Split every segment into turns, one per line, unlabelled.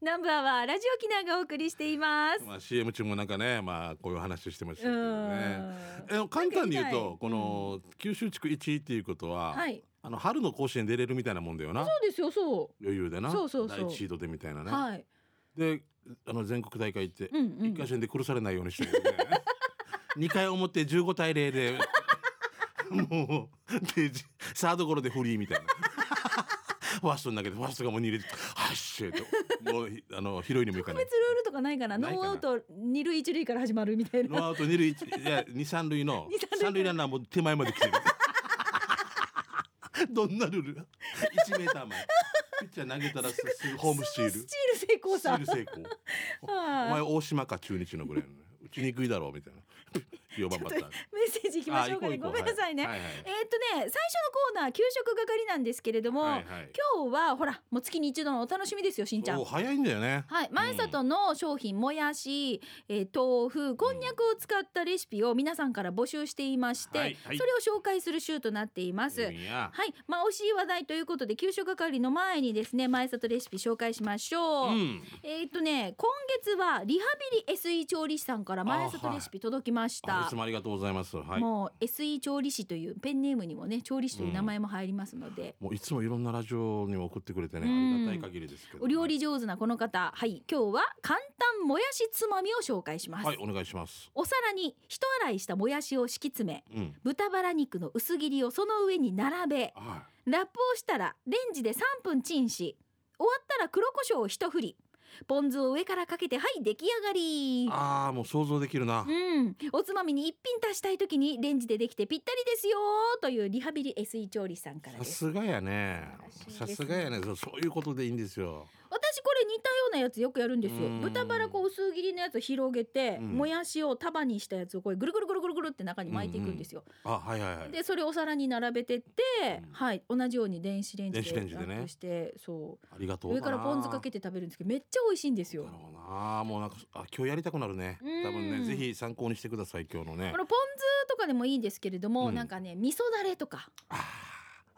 ナンバーはラジオキナがお送りしています。
まあ CM 中もなんかね、まあこういう話してましたけ
う
どね。え
ん。
簡単に言う
なんか痛
と
い
この九州地区一位っていうことは、
はい。
あの春の甲子園出れるみたいなもんだよな
そうですよ、そ
余裕でな
そうそうそう
第一シードでみたいな
う。
ね、
はい。
であの全国大会行って
うんう
一
ん
回。戦で殺されないようにしてる、ね 二回表15対0で もうでじサードゴロでフリーみたいな ファーストに投げてファーストがもう逃げてはっしゃともうひあの広いにもいか
特
ない
別ルールとかないかな。
ないかな
ノーアウト二塁一塁から始まるみたい
ノー
な。
アウト二塁一いや二三塁の
二三塁
三塁ランナーも手前まで来てる どんなルール1メーター前ピッチャー投げたらすすホームスチール
スチール成功
スチー
さ
ル。成功お前
はい。
大島か中日のぐらいのね打ちにくいだろうみた いな4番バッター
メッセージいきましょうかね。
あ行
ご
こう行こう
めんなさいね。
はいはいはい
えーっとね、最初のコーナー給食係なんですけれども、
はいはい
今日はほらもう月に一度のお楽しみですよ、しんちゃん
お。早いんだよね
はい、前里の商品もやし、えー豆腐こんにゃくを使ったレシピを皆さんから募集していまして、
はいはい
それを紹介する週となっています。
いいや
はい、まあ惜しい話題ということで給食係の前にですね前里レシピ紹介しましょう、
うん
えーっとね今月はリハビリ SE 調理師さんから前里レシピ届きまし
あい
た
つ、もありがとうございますはい
もう SE 調理師というペンネームにもね調理師という名前も入りますので、
もういつもいろんなラジオにも送ってくれてね
うん
ありがたい限りですけど
お料理上手なこの方はい今日は簡単もやしつまみを紹介します、
はいお願いします
お皿に一洗いしたもやしを敷き詰め
うん
豚バラ肉の薄切りをその上に並べ
は
ラップをしたらレンジで3分チンし終わったら黒胡椒を一振りポン酢を上からかけてはい出来上がり
いああもう想像できるな
うん、おつまみに一品足したい時にレンジでできてぴったりですよというリハビリ SE 調理師さんから
さ
です
すがやね
素晴らしい
さ
ですね
すがやねそうそういうことでいいんですよ
私これ似たようなやつよくやるんですよ
うん
豚バラこう薄切りのやつを広げて、
うん
もやしを束にしたやつをこうぐるぐるぐるぐるぐるって中に巻いていくんですよ、
あはいはいはい
でそれをお皿に並べてって、
うん
はい同じように電子レンジで
電子レンジでね
ラップしてそ
ありがと
う
う
上
だな
からポン酢かけて食べるんですけどめっちゃ美味しいんですよ。
だろうなもうなんかあ今日やりたくなるね
うん
多分ねぜひ参考にしてください今日のね
このポン酢とかでもいいんですけれども、
うん
なんかね味噌だれとか
あ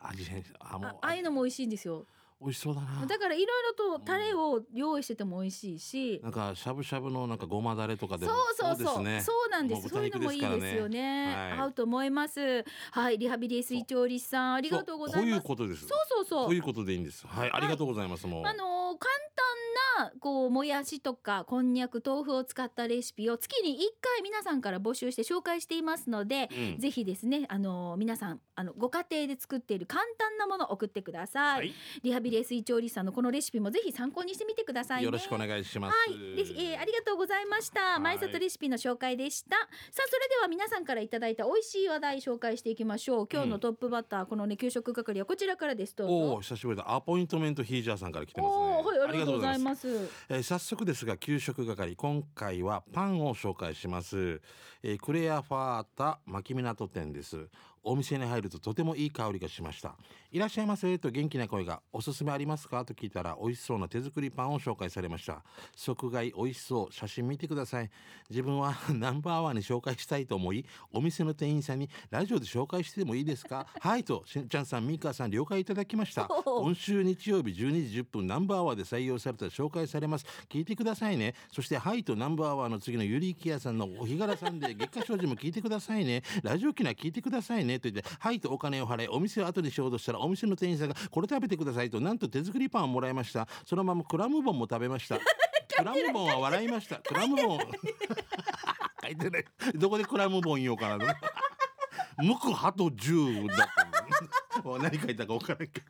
ー味変あもう
あああいうのも美味しいんですよ
美味しそうだな
だからいろいろとタレを用意してても美味しいし、
なんかしゃぶしゃぶのなんかごまだれとかで
そう
も
そう
です
そう
ね
そうなんです
もう
そう
豚
いうのも
肉
いいで
ですす
よ
からね
ね、
はい
合うと思いますはいリハビリ水調理師さんありがとうございます
そうこういうことです
そうそうそう
こういうことでいいんですはいありがとうございますもう
あのー簡単なこうもやしとかこんにゃく豆腐を使ったレシピを月に1回皆さんから募集して紹介していますので、
うん
ぜひですねあのー皆さんあのご家庭で作っている簡単なものを送ってください、
はい
リハビリエスイ調理師さんのこのレシピもぜひ参考にしてみてくださいね
よろしくお願いします
はい、でえーありがとうございました。
い
前里レシピの紹介でした。さあ、それでは皆さんからいただいた美味しい話題紹介していきましょう。今日のトップバッター、このね、給食係はこちらからです。どうぞ。
おお久しぶりだアポイントメントヒージャーさんから来てますね
おーはい、ありがとうござい
す
ます。
えー早速ですが給食係今回はパンを紹介します、えークレアファータ牧港店ですお店に入るととてもいい香りがしましたいらっしゃいませと元気な声がおすすめありますかと聞いたら美味しそうな手作りパンを紹介されました即買い美味しそう写真見てください自分は ナンバーワンに紹介したいと思いお店の店員さんにラジオで紹介してもいいですか はいとしんちゃんさんみーかーさん了解いただきました
おー
今週日曜日12時10分ナンバーワーで採用されたら紹介されます聞いてくださいねそしてハイとナンバーワーの次のゆりきやさんのお日柄さんで月下商事も聞いてくださいねラジオ機能聞いてくださいねと言ってハイとお金を払いお店を後にしようとしたらお店の店員さんがこれ食べてくださいとなんと手作りパンをもらいましたそのままクラムボンも食べま したクラムボンは笑いましたクラムボン書いてないどこでクラムボン言おうかなと無垢ハト10だったのもう何書いたか分からんけど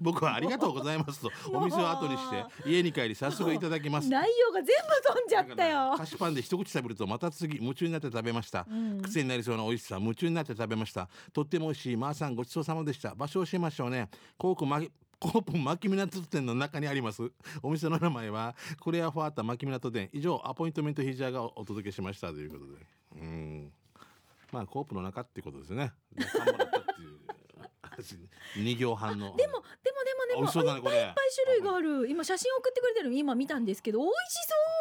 僕はありがとうございますと
もう
お店を後にして家に帰り早速いただきます
内容が全部飛んじゃったよ。
菓子パンで一口食べるとまた次夢中になって食べました、
ん
癖になりそうな美味しさ夢中になって食べましたとっても美味しいマーさんごちそうさまでした場所を教えましょうねコークマ コープ牧港店の中にありますお店の名前はクレアファータ牧港店以上アポイントメントヒージャーがお届けしましたということでうんまあコープの中ってことですね仲間だったっていう話 二行半の
でも、でも、でも、で
美
も、
味しそうだねこれ
いっぱいいっぱい種類がある。今写真送ってくれてるの、今見たんですけど、美味し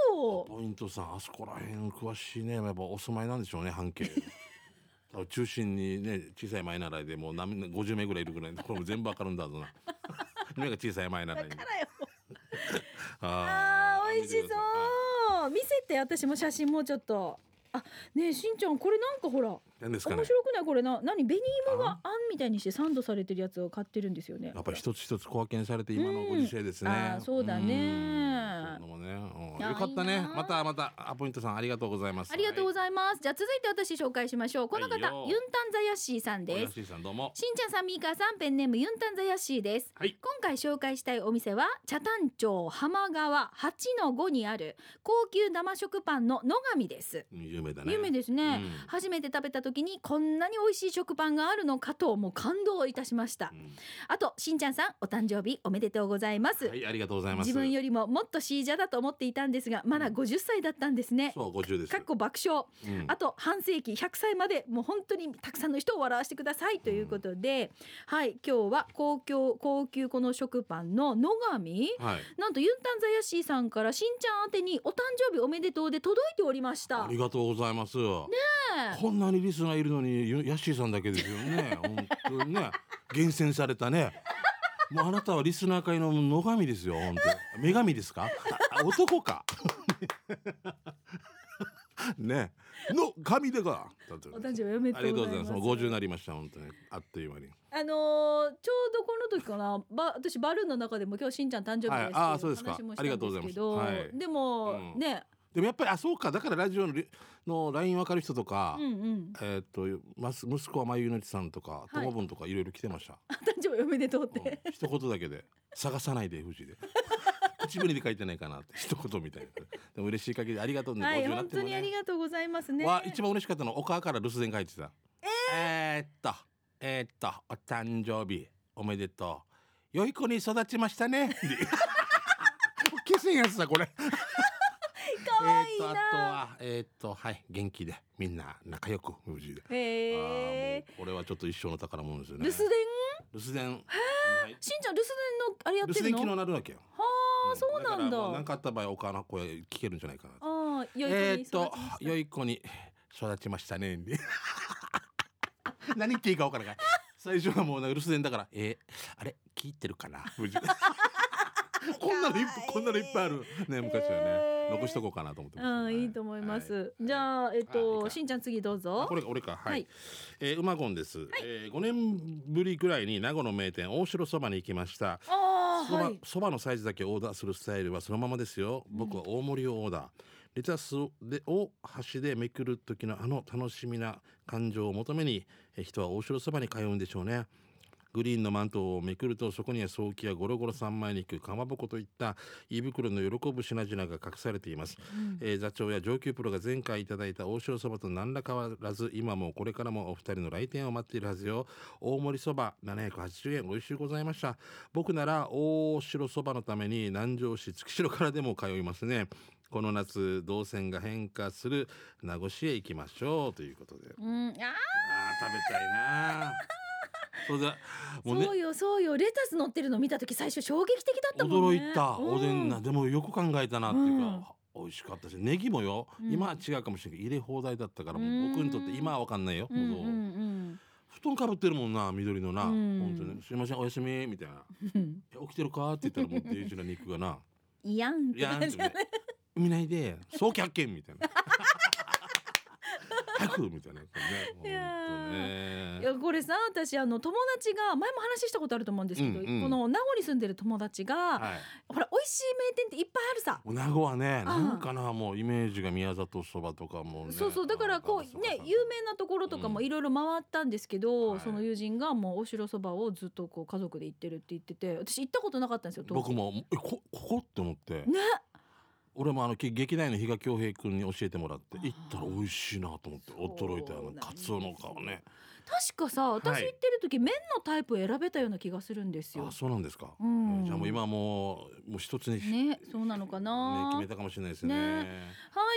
そう。
ポイントさんあそこら辺詳しいねやっぱお住まいなんでしょうね 半径多分中心にね小さい前習いでもう何50名ぐらいいるぐらいこれも全部わかるんだぞな目が小さい前習いに
だからよ。あー美味し
見てください
そう見せて私も写真もうちょっとあねえしんちゃんこれなんかほら面
何ですか
白
ね
くないこれな何紅芋が
あ
あんみたいにしてサンドされてるやつを買ってるんですよね
やっぱり一つ一つ小分けにされて今のご時世ですね、
うんあーそうだね
うんそういうのもねうん
いや
よかった
いい
ね
な
またまたアポイントさんありがとうございます
ありがとうご
ざい
ざいます、じゃあ続いて私紹介しましょうこの方、
はいよ
ユンタンザヤッシーさん
お
で
や
す
すいさんどうも
しんちゃんさんみーかーさんペンネームユンタンザヤッシーです
はい
今回紹介したいお店は茶炭町浜川8-5にある高級生食パンの野上です
有名だね
有名ですね、
うん
初めて食べた時にこんなに美味しい食パンがあるのかともう感動いたしました、
う
あとしんちゃんさんお誕生日おめでとうございます、
んはいありがとうございます
自分よりももっとシージャだと思っていたんですがまだ50歳だったんですね
そう50です
かっこ爆笑
うん
あと半世紀100歳までもう本当にたくさんの人を笑わせてくださいということで、はい今日は高級高級この食パンの野上
はい
なんとユンタンザヤシーさんからしんちゃん宛てにお誕生日おめでとうで届いておりました
ありがとうございます。
ね
こんなにリスナーいるのにゆヤッシーさんだけですよね。本 当にね。厳選されたね。もうあなたはリスナー界の野上ですよ。本当に。女神ですか？ああ男か。 ね。の神だから。だって
お誕生日おめで
あり
と
が
う
と
ご
うご
ざい
ざい
ます
ま。
す
もう50になりました。本当にあっという間に。
あのーちょうどこの時かなば私バルーンの中でも今日しんちゃん誕生日ですってい
はいあーそうですか
話もしたん
ありがとうございます
けど
はい
でも、
うん
ね
でもやっぱりあそうか。だからラジオのリのラインわかる人とか。
うんうん
えーっとます息子はまゆのちさんとか
い
ともぶんとかいろいろ来てました。
お誕生日おめでとうって、
うん一言だけで「探さないで藤井で」 口紅で書いてないかなって一言みたいなでも嬉しい限りでありがとうね、
はい
50になっ
本
て
当
も
にあり
ね
がとうございますね
わ一番嬉しかったのはお母から留守電書いてたえーっとえーっとお誕生日おめでとう良い子に育ちましたねで消せんやつだこれ
可愛い
えーっとあ
な
とはえーっとはい元気でみんな仲良く藤井で、あー
へ
もうこれはちょっと一生の宝物ですよ
ー
ね
留守電
留守電はい
しんちゃん留守電のあれやっ
留
てる
守電
の
機能なるわけよ
はあそうなんだ
何かあった場合お母の声聞けるんじゃないかな
ああ良い子
え
に
ーっ
育ちました
と良い子に 育ちましたね 何言っていいか分からない最初はもうなんか留守電だからえー、あれ聞いてるかな こんなのいっぱいこんなのいっぱいあるね昔はね、
えー
残しとこうかなと思ってます
う
は
んいいと思います、
は
じゃあえっ
あいい
と
か
しんちゃん次どう
あ
ぞ
これ俺かはい、
はい
えー馬ゴンです、えー、5年ぶりくらいに名護の名店大城そばに行きました
ああ
そば、
はい
そばのサイズだけオーダーするスタイルはそのままですよ。僕は大盛りをオーダー。レタスをでを端でめくる時のあの楽しみな感情を求めにえ人は大城そばに通うんでしょうね。グリーンのマントをめくるとそこには早期やゴロゴロ三枚肉かまぼこといった胃袋の喜ぶ品々が隠されています、えー座長や上級プロが前回いただいた大城そばと何ら変わらず今もこれからもお二人の来店を待っているはずよ大盛りそば780円美味しゅうございました僕なら大城そばのために南城市月城からでも通いますねこの夏動線が変化する名護市へ行きましょうということで
うんあ
あー食べたいなあそれでもうね
そうよそうよレタス乗ってるの見た時最初衝撃的だったもん
驚
ね
いたおでんな、
う
でもよく考えたなっていうか、
うん
美味しかったしネギもよ、
うん
今は違うかもしれないけど入れ放題だったからもう
うん
僕にとって今は分かんないよ、
うん う
もうどうん布団かぶってるもんな緑のな、
うん
本当に「すいませんおやすみ」みたいな
うん
「え起きてるか?」って言ったらもうデイジの肉 がな
いやんっ
「い
て
や」
感
み
じ
たいな「見ないで早期発見」みたいな 「早く」みたいなやつ
い
ね
やー
本当ね
いやこれさ私あの友達が前も話したことあると思うんですけど、
うんうん
この名護に住んでる友達が、
はい
ほら美味しい名店っていっぱいあるさ、
名護はね
ん
なんかなもうイメージが宮里そばとかもね
そうそうだからこうね有名なところとかもいろいろ回ったんですけど、
はい
その友人がもうお城そばをずっとこう家族で行ってるって言ってて私行ったことなかったんですよ東京
僕もえこここって思って
ね
俺もあのき劇団員の比嘉恭平君に教えてもらって
あー
行ったら美味しいなと思って驚いた
そう
よ
なん
ね
ですよ
カツオの顔ね
確かさ私行ってる時、麺のタイプを選べたような気がするんですよ
あそうなんですか、
うん
えーじゃあもう今もうもう一つに、
ねそうなのか
ね
な、
決めたかもしれないですね
は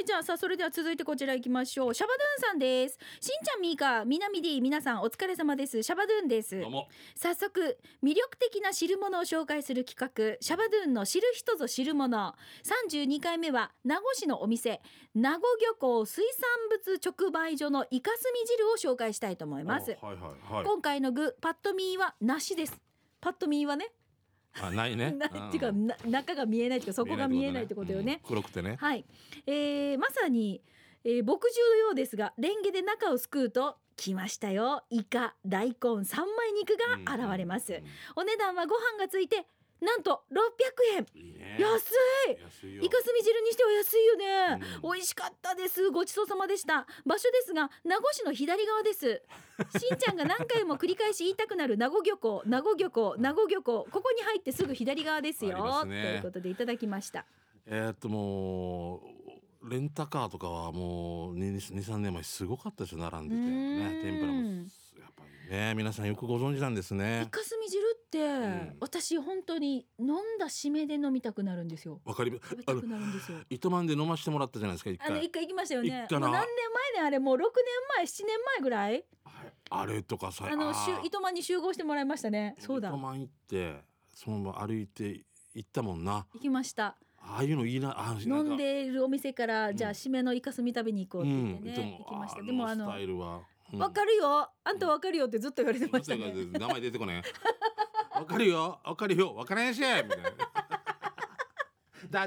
いじゃあさそれでは続いてこちら行きましょうシャバドゥンさんですしんちゃんみーかみなみ D 皆さんお疲れ様ですシャバドゥンです
どうも
早速魅力的な汁物を紹介する企画シャバドゥンの知る人ぞ知るもの32回目は名護市のお店名護漁港水産物直売所のイカスミ汁を紹介したいと思います
あはいはいはい
今回の具パッと見は梨ですパッと見はね
あないね。
なっていうか
ん
な中が見えないっていうかそこが見えないってことよね。
うん黒くてね。
はい、えーまさに、えー牧汁のようですがレンゲで中をすくうと来ましたよイカ大根三枚肉が現れます、
うん
お値段はご飯がついてなんと600円
いいね。
安い
安いよ
イカスミ汁にしては安いよね、
うん
美味しかったですごちそうさまでした場所ですが名護市の左側です しんちゃんが何回も繰り返し言いたくなる名護漁港名護漁港名護漁港ここに入ってすぐ左側です
ありま
よ
すね
ということでいただきました
えーっともうレンタカーとかはもう23年前すごかったですよ並んでて
うーん
ね天ぷらもすやっぱりね皆さんよくご存知なんです
イ
ね
カスミ汁って、
ん
私本当に飲んだ締めで飲みたくなるんですよ
わかりま
食べ
あ
た
の
くなるんですよ
糸満で飲ましてもらったじゃないですか一
あの
回
一回行きましたよね
行ったな
もう何年前ねあれもう6年前7年前ぐらい
はいあれとかさ
あのしゅ
ー
糸満に集合してもらいましたねそうだ
糸
行
満行ってそのまま歩いて行ったもんな
きました
ああいうのいいなあ
飲んでるお店から、
うん
じゃあ締めのイカスミ食べに行こうって言ってね、行きましたでもあの
スタイルはうん
わかるよあんたわかるよってずっと言われてました
そう
ね
そうそう名前出てこない。わかるよ、わかるよ、わからんしみたいな。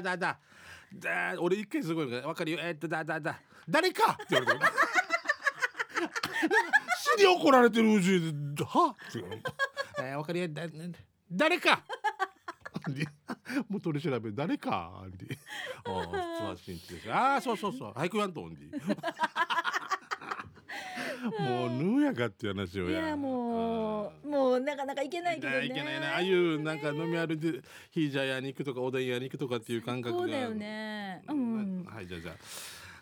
だだだ。だ、俺一回すごいのがわかるよ、えっと、だだだ。誰かって言われてる。死に怒られてるうちに、はって言うのえーわかるよ、だ、誰か。でもう取り調べ誰かアンディああ普通は新地ですああそうそうそう早く言わんとアンデ ィもうぬうやかっていう話を
いやもうもうなかなか行けないけどね
いけないなああいうなんか飲み歩いてヒージャーや肉とかおでんや肉とかっていう感覚が
そうだよねう、
うんんはいじゃあじゃ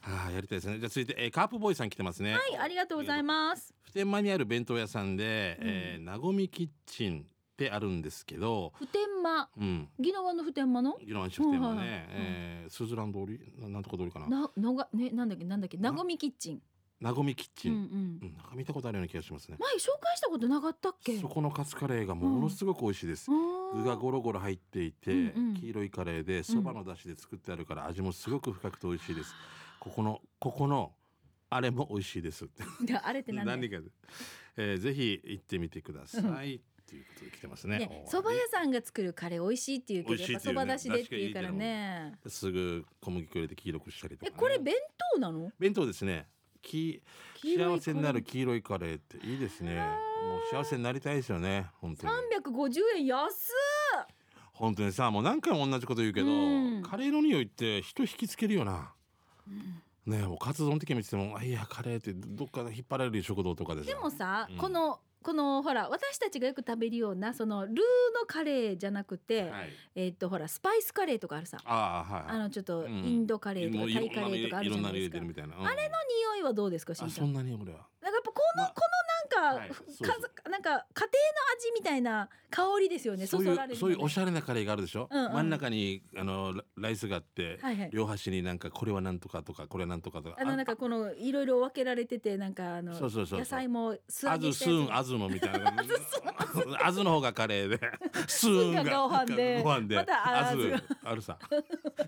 あはあやりたいですねじゃあ続いて、えーカープボーイさん来てますねは
はいありがとうござい
ま
ます
す普天間にある弁当屋さんで、えー、なごみキッチンってあるんですけど
普天間
うん
宜野湾の普天間の
宜野湾市普天間
は
ね、
いはいはい
えースズラン通りななんとか通りかな
なのがねなんだっけなんだっけなごみキッチン、
なごみキッチ
うんう
ン、
ん
う、ん、なんか見たことあるような気がしますね
前紹介したことなかったっけ
そこのカツカレーがものすごく美味しいです、具がゴロゴロ入っていて、
うんうん
黄色いカレーでそばの出汁で作ってあるから味もすごく深くて美味しいです、ここのここのあれも美味しいです
があれってなんだよ
何かで、えーぜひ行ってみてくださいっていうことで来てますね
ね、蕎麦屋さんが作るカレー美味しいっていうけど、
美味しい
やっ
っ
ぱ
てい
蕎
うね
麦出しでっていうからね。
すぐ小麦粉入れて黄色くしたりとか
え、
ね、
これ弁当なの？
弁当ですねき
黄色いカレー
幸せになる黄色いカレーっていいですねもう幸せになりたいですよね本当に
三百五十円安っ。
本当にさもう何回も同じこと言うけど、
うん
カレーの匂いって人引きつけるよな、ねえもうカツ丼って決めててもあいやカレーってどっかで引っ張られる食堂とかでさ
でもさ、
うん
このこのほら私たちがよく食べるようなそのルーのカレーじゃなくて、
はい、
えっとほらスパイスカレーとかあるさ。
ああはい
あ
は
のちょっと
うん
インドカレーと
も
か
うい
タ
ろん
イカレ
な
ーとかあるじゃないですか。
いろん
匂
な入れてるみたいな、あれ
いはどうですか、しん
あ
ち
そ
ゃん。
んなに俺は
なんかやっぱこの、
まあ
このなんか、
はい
ふ
そうそう
かなんか家庭の味みたいな香りですよね。
そうい
そそられ
う
る
そういうお
ね
しゃれなカレーがあるでしょ、
うんうん
真ん中にあのラライスがあって、
はいはい。
両端になんかこれはなんとかとかこれはなんとかとか
あのなんかこのいろいろ分けられててなんかあの
そうそうそうそう
野菜も素
あ
揚げし
ずす
たや
んあずのみたいなあずの方がカレーです
ん
ん
が
が
ご飯で
ご飯で
またあ
あ
ず
ずあるさ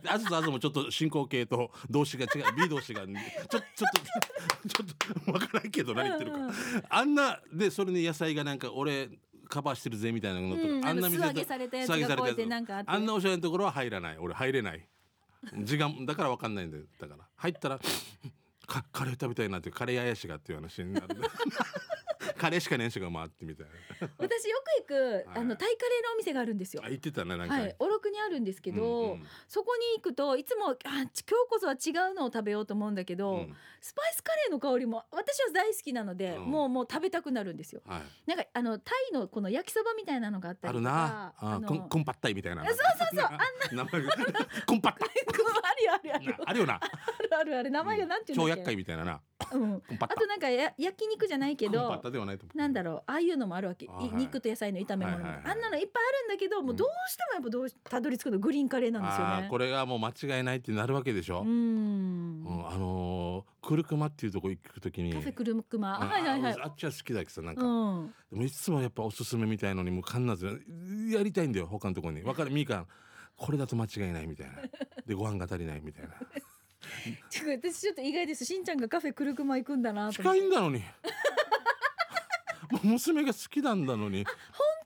であずとあずもちょっと進行形と動詞が違 う B 動詞がちょちょっとちょっとわからんけど何言ってるか、
うんうん
あんなでそれに野菜がなんか俺カバーしてるぜみたいなの
つ、
とか、
うん、
あ
あ
ん
の
な
素
店と
揚げされたやつ
素揚げ
が
さ
こうや
れ
ったて
やつ
なんかあって
あんなおしゃれなところは入らない俺入れない時間だからわかんないんだよだから入ったらかカレー食べたいなってカレー怪しがっていう 話になるカレーしかねえしが回ってみたいな
私よく行く、
はい
あのタイカレーのお店があるんですよ
あ。言ってたねなんか、
はい、おろくにあるんですけど、
うん
そこに行くといつもあ今日こそは違うのを食べようと思うんだけど、
うんうん
スパイスカレーの香りも私は大好きなので、
うん
もうもう食べたくなるんですよ。
はい、
なんかあのタイのこの焼きそばみたいなのがあった
あ
り
る
と
な
か、
あ
の
コンコンパッタイみたいな
そうそうそうあんな
名前がコンパッタイ
あ るよあるよあるよ
あるよな
あるあるある名前がなんていうん
超
だっけ
厄介みたいなな
うん、
コンパ
あ
ッタ
となんかや焼肉じゃないけ
コンパッ
ど
タではないと思う
なんだろうああいうのもあるわけ、い
あはい
肉と野菜の炒め物みたいな、
はいはいはい
あんなのいっぱいあるんだけどもうどうしてもやっぱどうしたどり着くのグリーンカレーなんですよ
あ
ね
ー。これがもう間違いないってなるわけでし
う
ょ、
ん、
うんあのークルクマっていうとこ行くときに
カフェクルクマ
あ
はいはいはい
あ。あっちは好きだけどさなんか、
うん、
でもいつもやっぱおすすめみたいのにもうかんなずやりたいんだよ他のところにわかるみーかんこれだと間違いないみたいなでご飯が足りない みたいな
ちょっと私ちょっと意外ですしんちゃんがカフェクルクマ行くんだなと思っ
近
て
いんだのに もう娘が好きなんだのに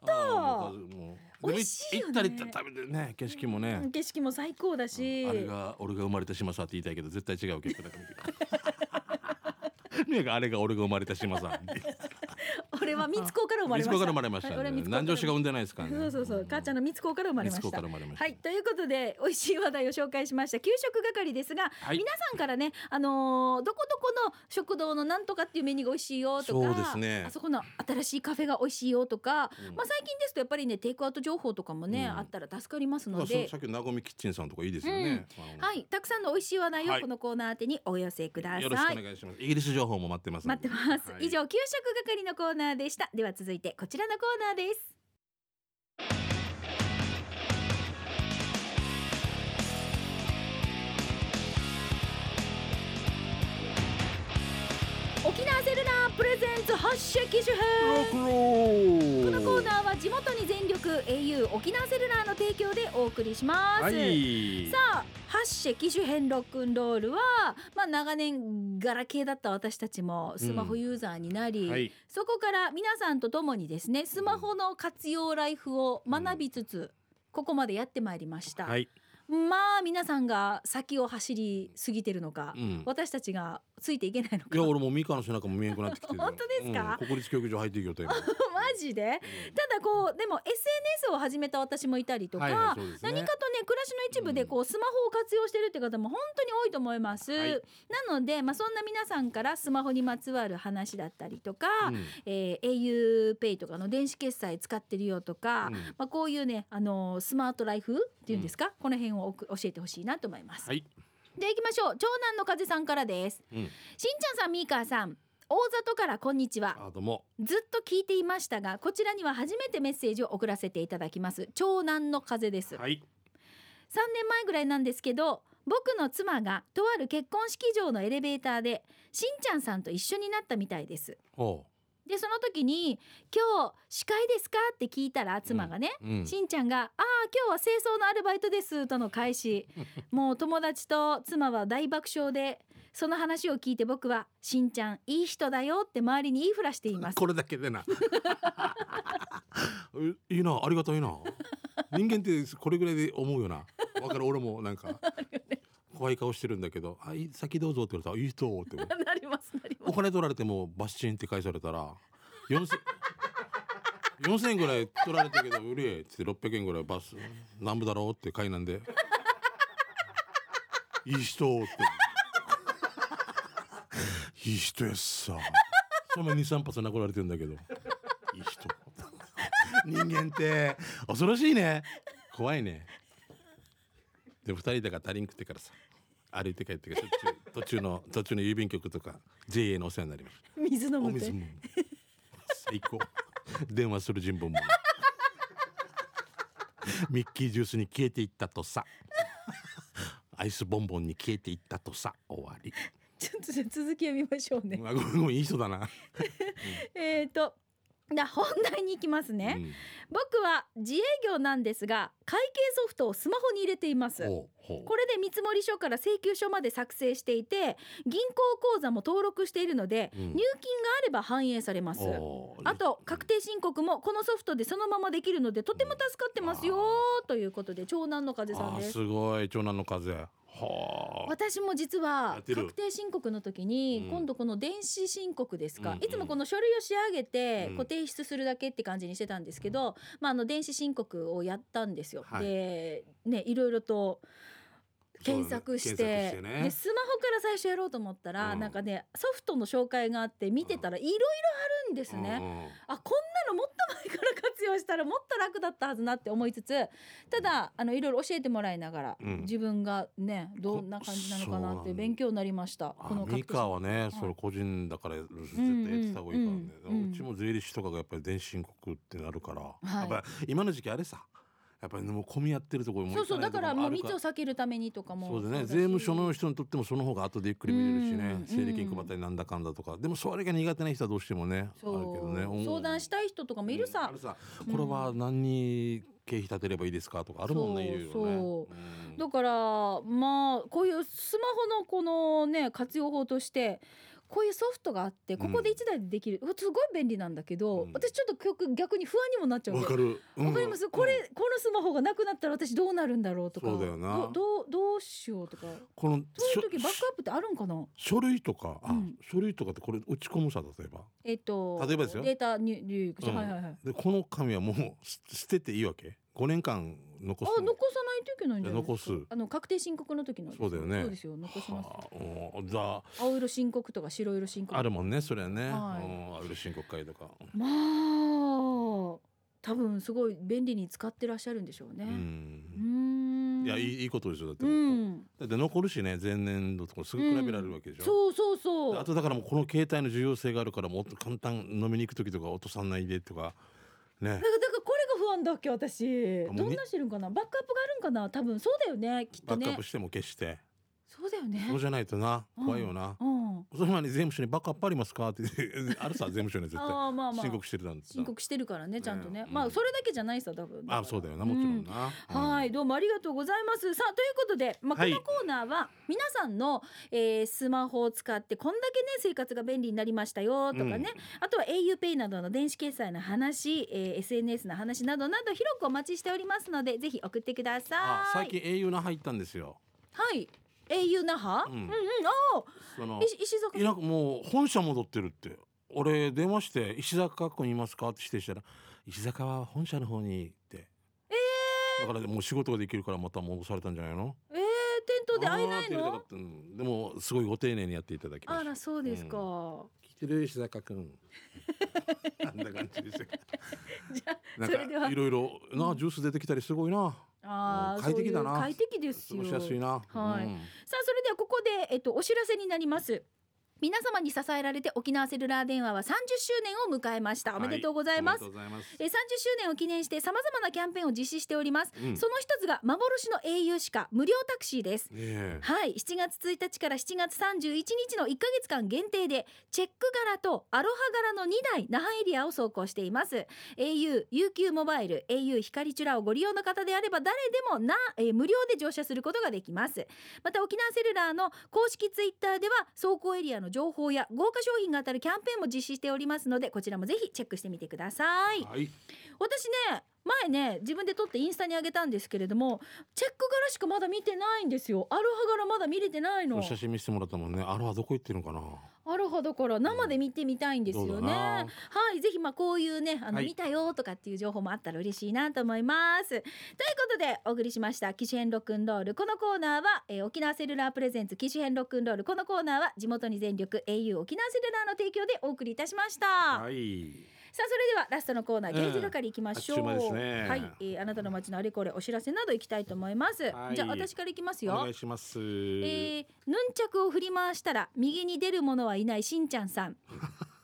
本
当
もう
美味しいよね
でも行ったり食べてね景色もね、
景色も最高だし
あれが俺が生まれた島さって言いたいけど絶対違う結果だ から。ねえあれが俺が生まれた島さん。
俺は三つ子から 生まれまし
三つ子か
た
ら生まれました、
はい俺は三。
ね
つ子から
南城市が産んでないですからね。
そうそうそう母ちゃんの三つ子から生まれま
三
し
つ子か
た
ら生まれました。
はいということで美味しい話題を紹介しました給食係ですが、
はい
皆さんからねあのーどこどこの食堂のなんとかっていうメニューが美味しいよとか
そうですね
あそこの新しいカフェが美味しいよとか、
うん
まあ最近ですとやっぱりねテイクアウト情報とかもね、
うん
あったら助かります
ま
の
あ、そう
で
さっきのなごみキッチンさんとかいいですよね。あの
はいたくさんの美味しい話題
は
を
い
このコーナー宛てにお寄せください。
よろしくお願いします。イギリス情報も待ってますんで。
待ってます、
はい
以上給食係のコーナーでしたでは続いてこちらのコーナーです沖縄セルナープレゼンツ発射機種
ロ
編
ック
こ
ロール
のコーナーは地元に全力 au 沖縄セルラーの提供でお送りします、
はい。
さあ八社機種編ロックンロールは、まあ、長年ガラケーだった私たちもスマホユーザーになり、
はい。
そこから皆さんと共にですねスマホの活用ライフを学びつつ、ここまでやってまいりました、
はい。
まあ皆さんが先を走りすぎてるのか、
うん。
私たちがついていけないのか
いや、俺もうミカの背中も見えなくなってきてるよ。
本当ですか
うん国立競技場入っていくよと今。
マジでただこうでも SNS を始めた私もいたり とか、
はいはいそうですね
何かとね暮らしの一部でこうスマホを活用してるって方も本当に多いと思います、
はい
なので、まあ、そんな皆さんからスマホにまつわる話だったりとか、
うん
えー、auPay とかの電子決済使ってるよとか、
うん
まあ、こういうね、あのースマートライフっていうんですか、この辺をおく教えてほしいなと思います、
はい。
で行きましょう長男の風さんからです
うん。
しんちゃんさんみーかーさん大里からこんにちは
あ、どうも。
ずっと聞いていましたがこちらには初めてメッセージを送らせていただきます長男の風です、
はい。
3年前ぐらいなんですけど僕の妻がとある結婚式場のエレベーターでしんちゃんさんと一緒になったみたいです
ほ
でその時に「今日司会ですか?」って聞いたら妻がね、
う。うん。
しんちゃんが「ああ今日は清掃のアルバイトです」との返 しもう友達と妻は大爆笑でその話を聞いて僕は「しんちゃんいい人だよ」って周りに言いふらしています
これだけでな。 えいいな、ありがたいな。人間ってこれぐらいで思うよな。わかる、俺もな んか。怖い顔してるんだけど、あ、いい先どうぞって言われたら、いい人って思う。
なりますなりま
お
す
金取られても、バッチンって返されたら。四千。四千円ぐらい取られたけど、売れっつって六百円ぐらいバス。なんぶだろうって買いなんで。いい人って。いい人やっさ。その二三発殴られてんだけど。いい人。人間って恐ろしいね。怖いね。で二人だから足りんくってからさ。歩いて帰ってからしょっちゅう途中 の途中の郵便局とか JA のお世話になりました。
水飲
お
むっ
水
て
も最高電話する人分もミッキージュースに消えていったとさアイスボンボンに消えていったとさ終わり
ちょっとじゃあ続き読みましょうね
うわごめんごめんいい人だな、
えーとな本題に行きますね、
うん
僕は自営業なんですが会計ソフトをスマホに入れています
ほうほう
これで見積書から請求書まで作成していて銀行口座も登録しているので、
うん
入金があれば反映されます
おー
あと確定申告もこのソフトでそのままできるのでとても助かってますよということで長男の風さん
あー
です
すごい長男の風はあ
私も実は
やってる
確定申告の時
う
に
ん
今度この電子申告ですか、
うんうん
いつもこの書類を仕上げて
うん
こう提出するだけって感じにしてたんですけど、まあ、あの電子申告をやったんですよ。
はい
でねいろいろと検索して,、
そうだね検索してね
でスマホから最初やろうと思ったら、
うん
なんかねソフトの紹介があって見てたらいろいろあるんですね。
ね
あこんなのもっと前から活用したらもっと楽だったはずなって思いつつただあのいろいろ教えてもらいながら、
うん
自分がねどんな感じなのかなっていう勉強になりましたこの
ミ
確
カ
信
はね、それ個人だから絶対やってた方がいいからね、
うんうんうん
うちも税理士とかがやっぱり電子申告ってなるから、
い
やっぱり今の時期あれさやっぱりもう混み合ってるところも
そうそうだからもう密を
そう
避けるためにとかも
そうだね
だし
税務署の人にとってもその方が後でゆっくり見れるしね、
うん
整理券配ったりなんだかんだとかでもそれが苦手な人はどうしてもねあるけ
そ
ど
う、
ねうん
相談したい人とかもいる
うん
さ
あ、るさこれは何に経費立てればいいですかとかあるもんねい
そう
ろいろね
そ
うん
だからまあこういうスマホのこのね活用法としてここういうソフトがあってここで1台でできる、うわすごい便利なんだけど、
うん
私ちょっと曲逆に不安にもなっちゃうわ
わ
け
かる。うん
わかります、これこのスマホがなくなったら私どうなるんだろうとか
そうだよな
どどうどうしようとか
この
そういう
し
時
ょ
バックアップってあるんかな
書類とか、あ
うん
書類とかってこれ打ち込むさ例えば。
えっと
例えばですよ
データ入入力して、
うん
はいはいはい
でこの紙はもうす捨てていいわけ。五年間
あ
残す。
残さないといけないんじゃないですか
残す
あの確定申告の時の
そうだよね
そうですよ残します
はあうんだ
青色申告とか白色申告
あるもんねそれはね。
はい
うんある申告会とか。
まあ多分すごい便利に使ってらっしゃるんでしょうね
う
うー
ん。
ん
いやいいいいことですよだって。
うん
だって残るしね前年度とかすぐ比べられるわけでしょ。
そうそうそう
であとだからもうこの携帯の重要性があるからもっと簡単飲みに行く時とか落とさないでとかね
だからだからこれが不安だっけ私
あもう
どん
に
なしてるんかなバックアップがあるんかな多分そうだよねきっと
バックア
ね
ップしても消して、
そうだよね
そうじゃないとな
うん
怖いよな、
うん
その前に税務署にバックアップありますかって言 ってあるさ税務署には絶対
ああまあまあ
申告してるなんて
申告してるからねちゃんとね
うん
まあそれだけじゃないさ多分
あそうだよなもちろんな、うん
はい、どうもありがとうございます。さあ、ということで、まあ、こ
はい
のコーナーは、皆さんの、えースマホを使って、こんだけね、生活が便利になりましたよ、とかね、あとは auPay などの電子決済の話、えー SNS の話などなど、広くお待ちしておりますので、ぜひ送ってください。
あ最近 au な入ったんですよ
はい。au 那覇、
うん
うんうん、お
その
ー石石
いな
坂
んかもう本社戻ってるって俺電話して「石坂君いますか?」って指定したら「石坂は本社の方に」ってだからもう仕事ができるからまた戻されたんじゃないの
えー、店頭で会えない
あーってやりたか
の
ったうんでもすごいご丁寧にやっていただきま
あ
した
ら、そうですか。
う聞いてる石坂君 あんな感じでした
じゃあ、
なん
それでは
かいろいろなジュース出てきたりすごいな
ああ、
快適だ
そ
な
ういう快適です
過
よ。
ごしやすいな
はい
うん
さあそれではここで、えっと、お知らせになります皆様に支えられて沖縄セルラー電話は30周年を迎えましたおめでとうございます、
はいおめでとうございます
えー30周年を記念してさまざまなキャンペーンを実施しております、
うん
その一つが幻の au しか無料タクシーです
ねえ
はい7月1日から7月31日の1ヶ月間限定でチェック柄とアロハ柄の2台那覇エリアを走行しています au、UQ モバイル、au 光チュラをご利用の方であれば誰でもな、えー無料で乗車することができますまた沖縄セルラーの公式ツイッターでは走行エリアの情報や豪華商品が当たるキャンペーンも実施しておりますのでこちらもぜひチェックしてみてください
はい
私ね前ね自分で撮ってインスタに上げたんですけれどもチェック柄しかまだ見てないんですよアロハ柄まだ見れてないの
お写真見せてもらったもんねあれはどこ行ってるのかな
アロハだから生で見てみたいんです
ど
よ
う
ね
だ
は
ない
ぜひまあこういうねあの
はい
見たよとかっていう情報もあったら嬉しいなと思います、ということでお送りしました機種変ロックンロールこのコーナーは、えー沖縄セルラープレゼンツ機種変ロックンロールこのコーナーは地元に全力 au 沖縄セルラーの提供でお送りいたしました、
はい
さあそれではラストのコーナー
うん
ゲージ係いきましょう、
あっちゅう間ですね
はい、えーあなたの街のあれこれお知らせなどいきたいと思います、
はい
じゃあ私からいきます
お
よ
願いします
えー、ヌンチャクを振り回したら右に出る者はいないしんちゃんさん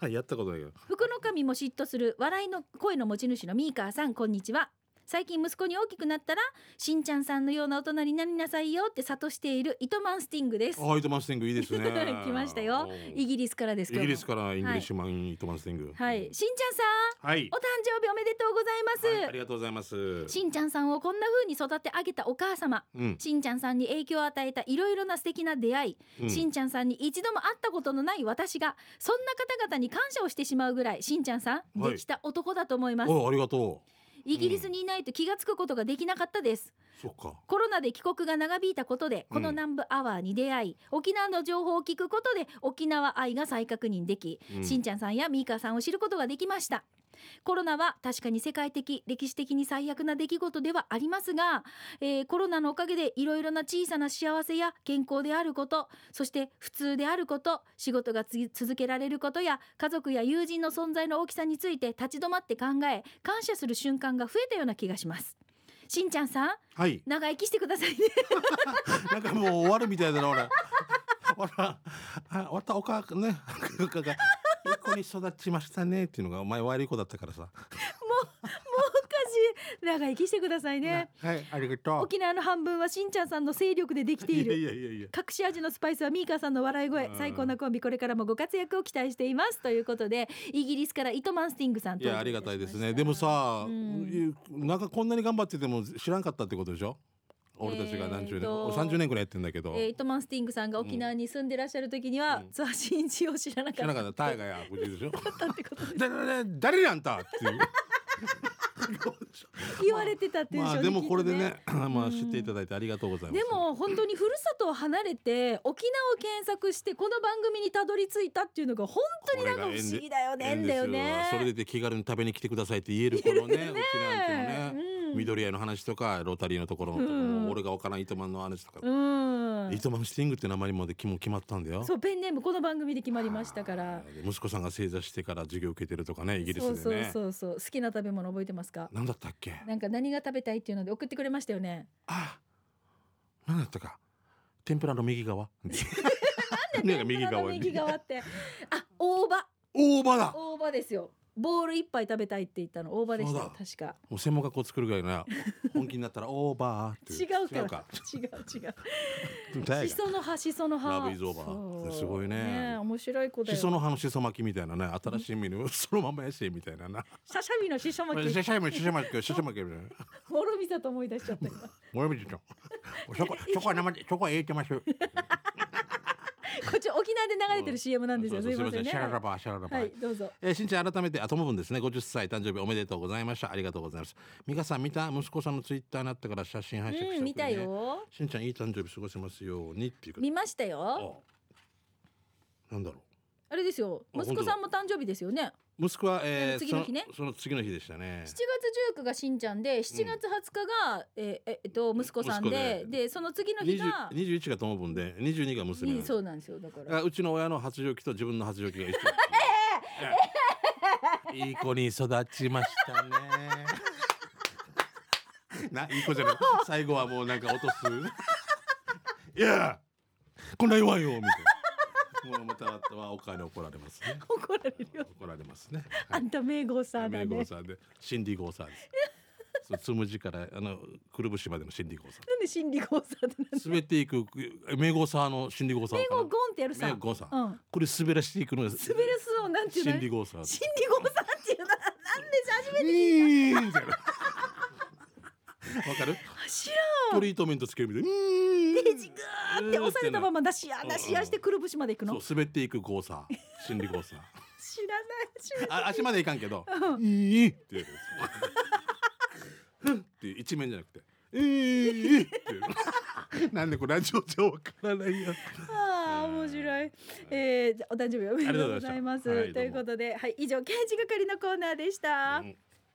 はいやったこ とないよ
福の神も嫉妬する笑いの声の持ち主のミーカーさんこんにちは最近息子に大きくなったらしんちゃんさんのような大人になりなさいよって諭しているイトマンスティングです
あイートマンスティングいいですね
来ましたよ
おう
イギリスからです
イギリス
か
からイングリッシュマンイートマンスティング
はいしんちゃんさ
はい
んお誕生日おめでとうございます、
はいありがとうございます
しんちゃんさんをこんな風に育て上げたお母様
うん
しんちゃんさんに影響を与えたいろいろな素敵な出会い、
うん
しんちゃんさんに一度も会ったことのない私がそんな方々に感謝をしてしまうぐらいしんちゃんさん、
はい
できた男だと思います
おありがと
イギリスにいないと気がつくことができなかったです
うそっか
コロナで帰国が長引いたことでこの
うん
南部アワーに出会い、沖縄の情報を聞くことで沖縄愛が再確認でき、
うん
しんちゃんさんやミーカーさんを知ることができましたコロナは確かに世界的歴史的に最悪な出来事ではありますが、えーコロナのおかげでいろいろな小さな幸せや健康であることそして普通であること仕事がつ続けられることや家族や友人の存在の大きさについて立ち止まって考え感謝する瞬間が増えたような気がしますしんちゃんさん
はい
長生きしてくださいね
なんかもう終わるみたいだな俺。 ほら、あ、わたおかね、おかが。いい子に育ちましたねっていうのがお前悪い子だったからさ。
昔 長生きしてくださいね
なはい、ありがとう。
沖縄の半分はしんちゃんさんの勢力でできている
いやいやいやいや。
隠し味のスパイスはミーカーさんの笑い声
うん
最高なコンビこれからもご活躍を期待していますということでイギリスからイトマンスティングさん
いやありがたいですね。でもさ、
うん
いなんかこんなに頑張ってても知らんかったってことでしょ。俺たちが何十
えー
年、
と
お30年くらいやってんだけど、
えー、イトマンスティングさんが沖縄に住んでらっしゃる時には、
うん
ツアー新一を知らな
知
からっ
な
た
かったタイガや無事で しょ
だったってことで
誰誰誰なんだっ ていう
言われてたっていう
まあ
衝撃
でもこれで
ね
ねまあ知っていただいてありがとうございます
でも本当にふるさとを離れて沖縄を検索してこの番組にたどり着いたっていうのが本当になんか不
これが縁で
思議だよね
縁
ん
で
だ
す
よね。
それでいて気軽に食べに来てくださいって言えるこの ねうちなんてもね、
うん
緑屋の話とかロータリーのところのとか、
うん
俺がわからん糸満の話とか、
うん
糸満シティングって名前にもでもう決まったんだよ
そうペンネームこの番組で決まりましたから。
息子さんが正座してから授業受けてるとかねイギリス
そう
で
そ
ね
うそうそう好きな食べ物覚えてますか？
なんだったっけ
なんか何が食べたいっていうので送ってくれましたよね。
あなんだったか天ぷらの右 側なんか右側に
右側ってあ大葉
大葉だ
大葉ですよ。ボール一杯食べたいって言ったの大葉でしたよ確か。
もう専門学校作るぐらいなら本気になったらオーバーって
違うから
違う
違う違う。
誰
し
が
その葉しその葉
ラブイズオーバー
そう
すごいね
面白い子だ
し
よ
その葉のしそ巻きみたいなね新しいメニューそのままやしみたいなな
シャシャビのしそ巻
し
き
ゃしゃましゃしゃましゃしゃまみたいな
もろみさと思い出しちゃった今こ
もやみちゃんそこそこは生でそこは焼いてます
っち沖縄で流れてる CM なんですよ
そう
すい
そう
ませんね
シャララ
は
バーシャララ
い
バ
は
ー
いどうぞ
えー、しんちゃん改めてあとも分ですね50歳誕生日おめでとうございましたありがとうございます美香さん見た息子さんのツイッターになったから写真拝借した、ね
うん見たよ
しんちゃんいい誕生日過ごせますようにっていうこと
見ましたよ
あなんだろ
あれですよ
あ
息子さんも誕生日ですよね
う息子は、えー、
次の日ね
そその次の日でしたね
7月19がしんちゃんで7月20日が、えーええっと息子さんで
息子
でその次の日
20
が
21がともぶんで22が娘なん
に
です
そうなんですよだから
あうちの親の発情期と自分の発情期が一緒ええいい子に育ちましたね ないい子じゃない最後はもうなんか落とす いやこんな弱いよみたいなもうまたはお金怒られますね
怒られるよ
怒られますねは
あ
い
んた名号さんだ
名
ね
号さんでシンディゴーさんですそうつむじからあのくるぶしまでのシンディゴーさ
なんで心理号さんってなんで
ん滑っていく名号さんのシンディゴーさん
名
かな
号ゴンってやるさ
名号さん
うん
これ滑らしていくのです
滑らすのなんていうの
シンディゴーサー。
シンディゴさんっていうのはなんで初めて
いいみたいな。わかる？
知
トリートメントつけるみたいな。うーん
らんでじぐーって押されたまま出しや出しやしてくるぶしまで行く
そう
の
滑っていくゴーサー。シンディゴーサー。
知らない知らない
あ足までいかんけど。
うん
いいってやる。ふんっていう一面じゃなくて。いいっ ていう。なんでこれラジオ上わからないや。
ああ面白いえー、じゃあお誕生日おめでとうございます
ありがとうございましたはい
ということではい以上刑事係のコーナーでした、
うん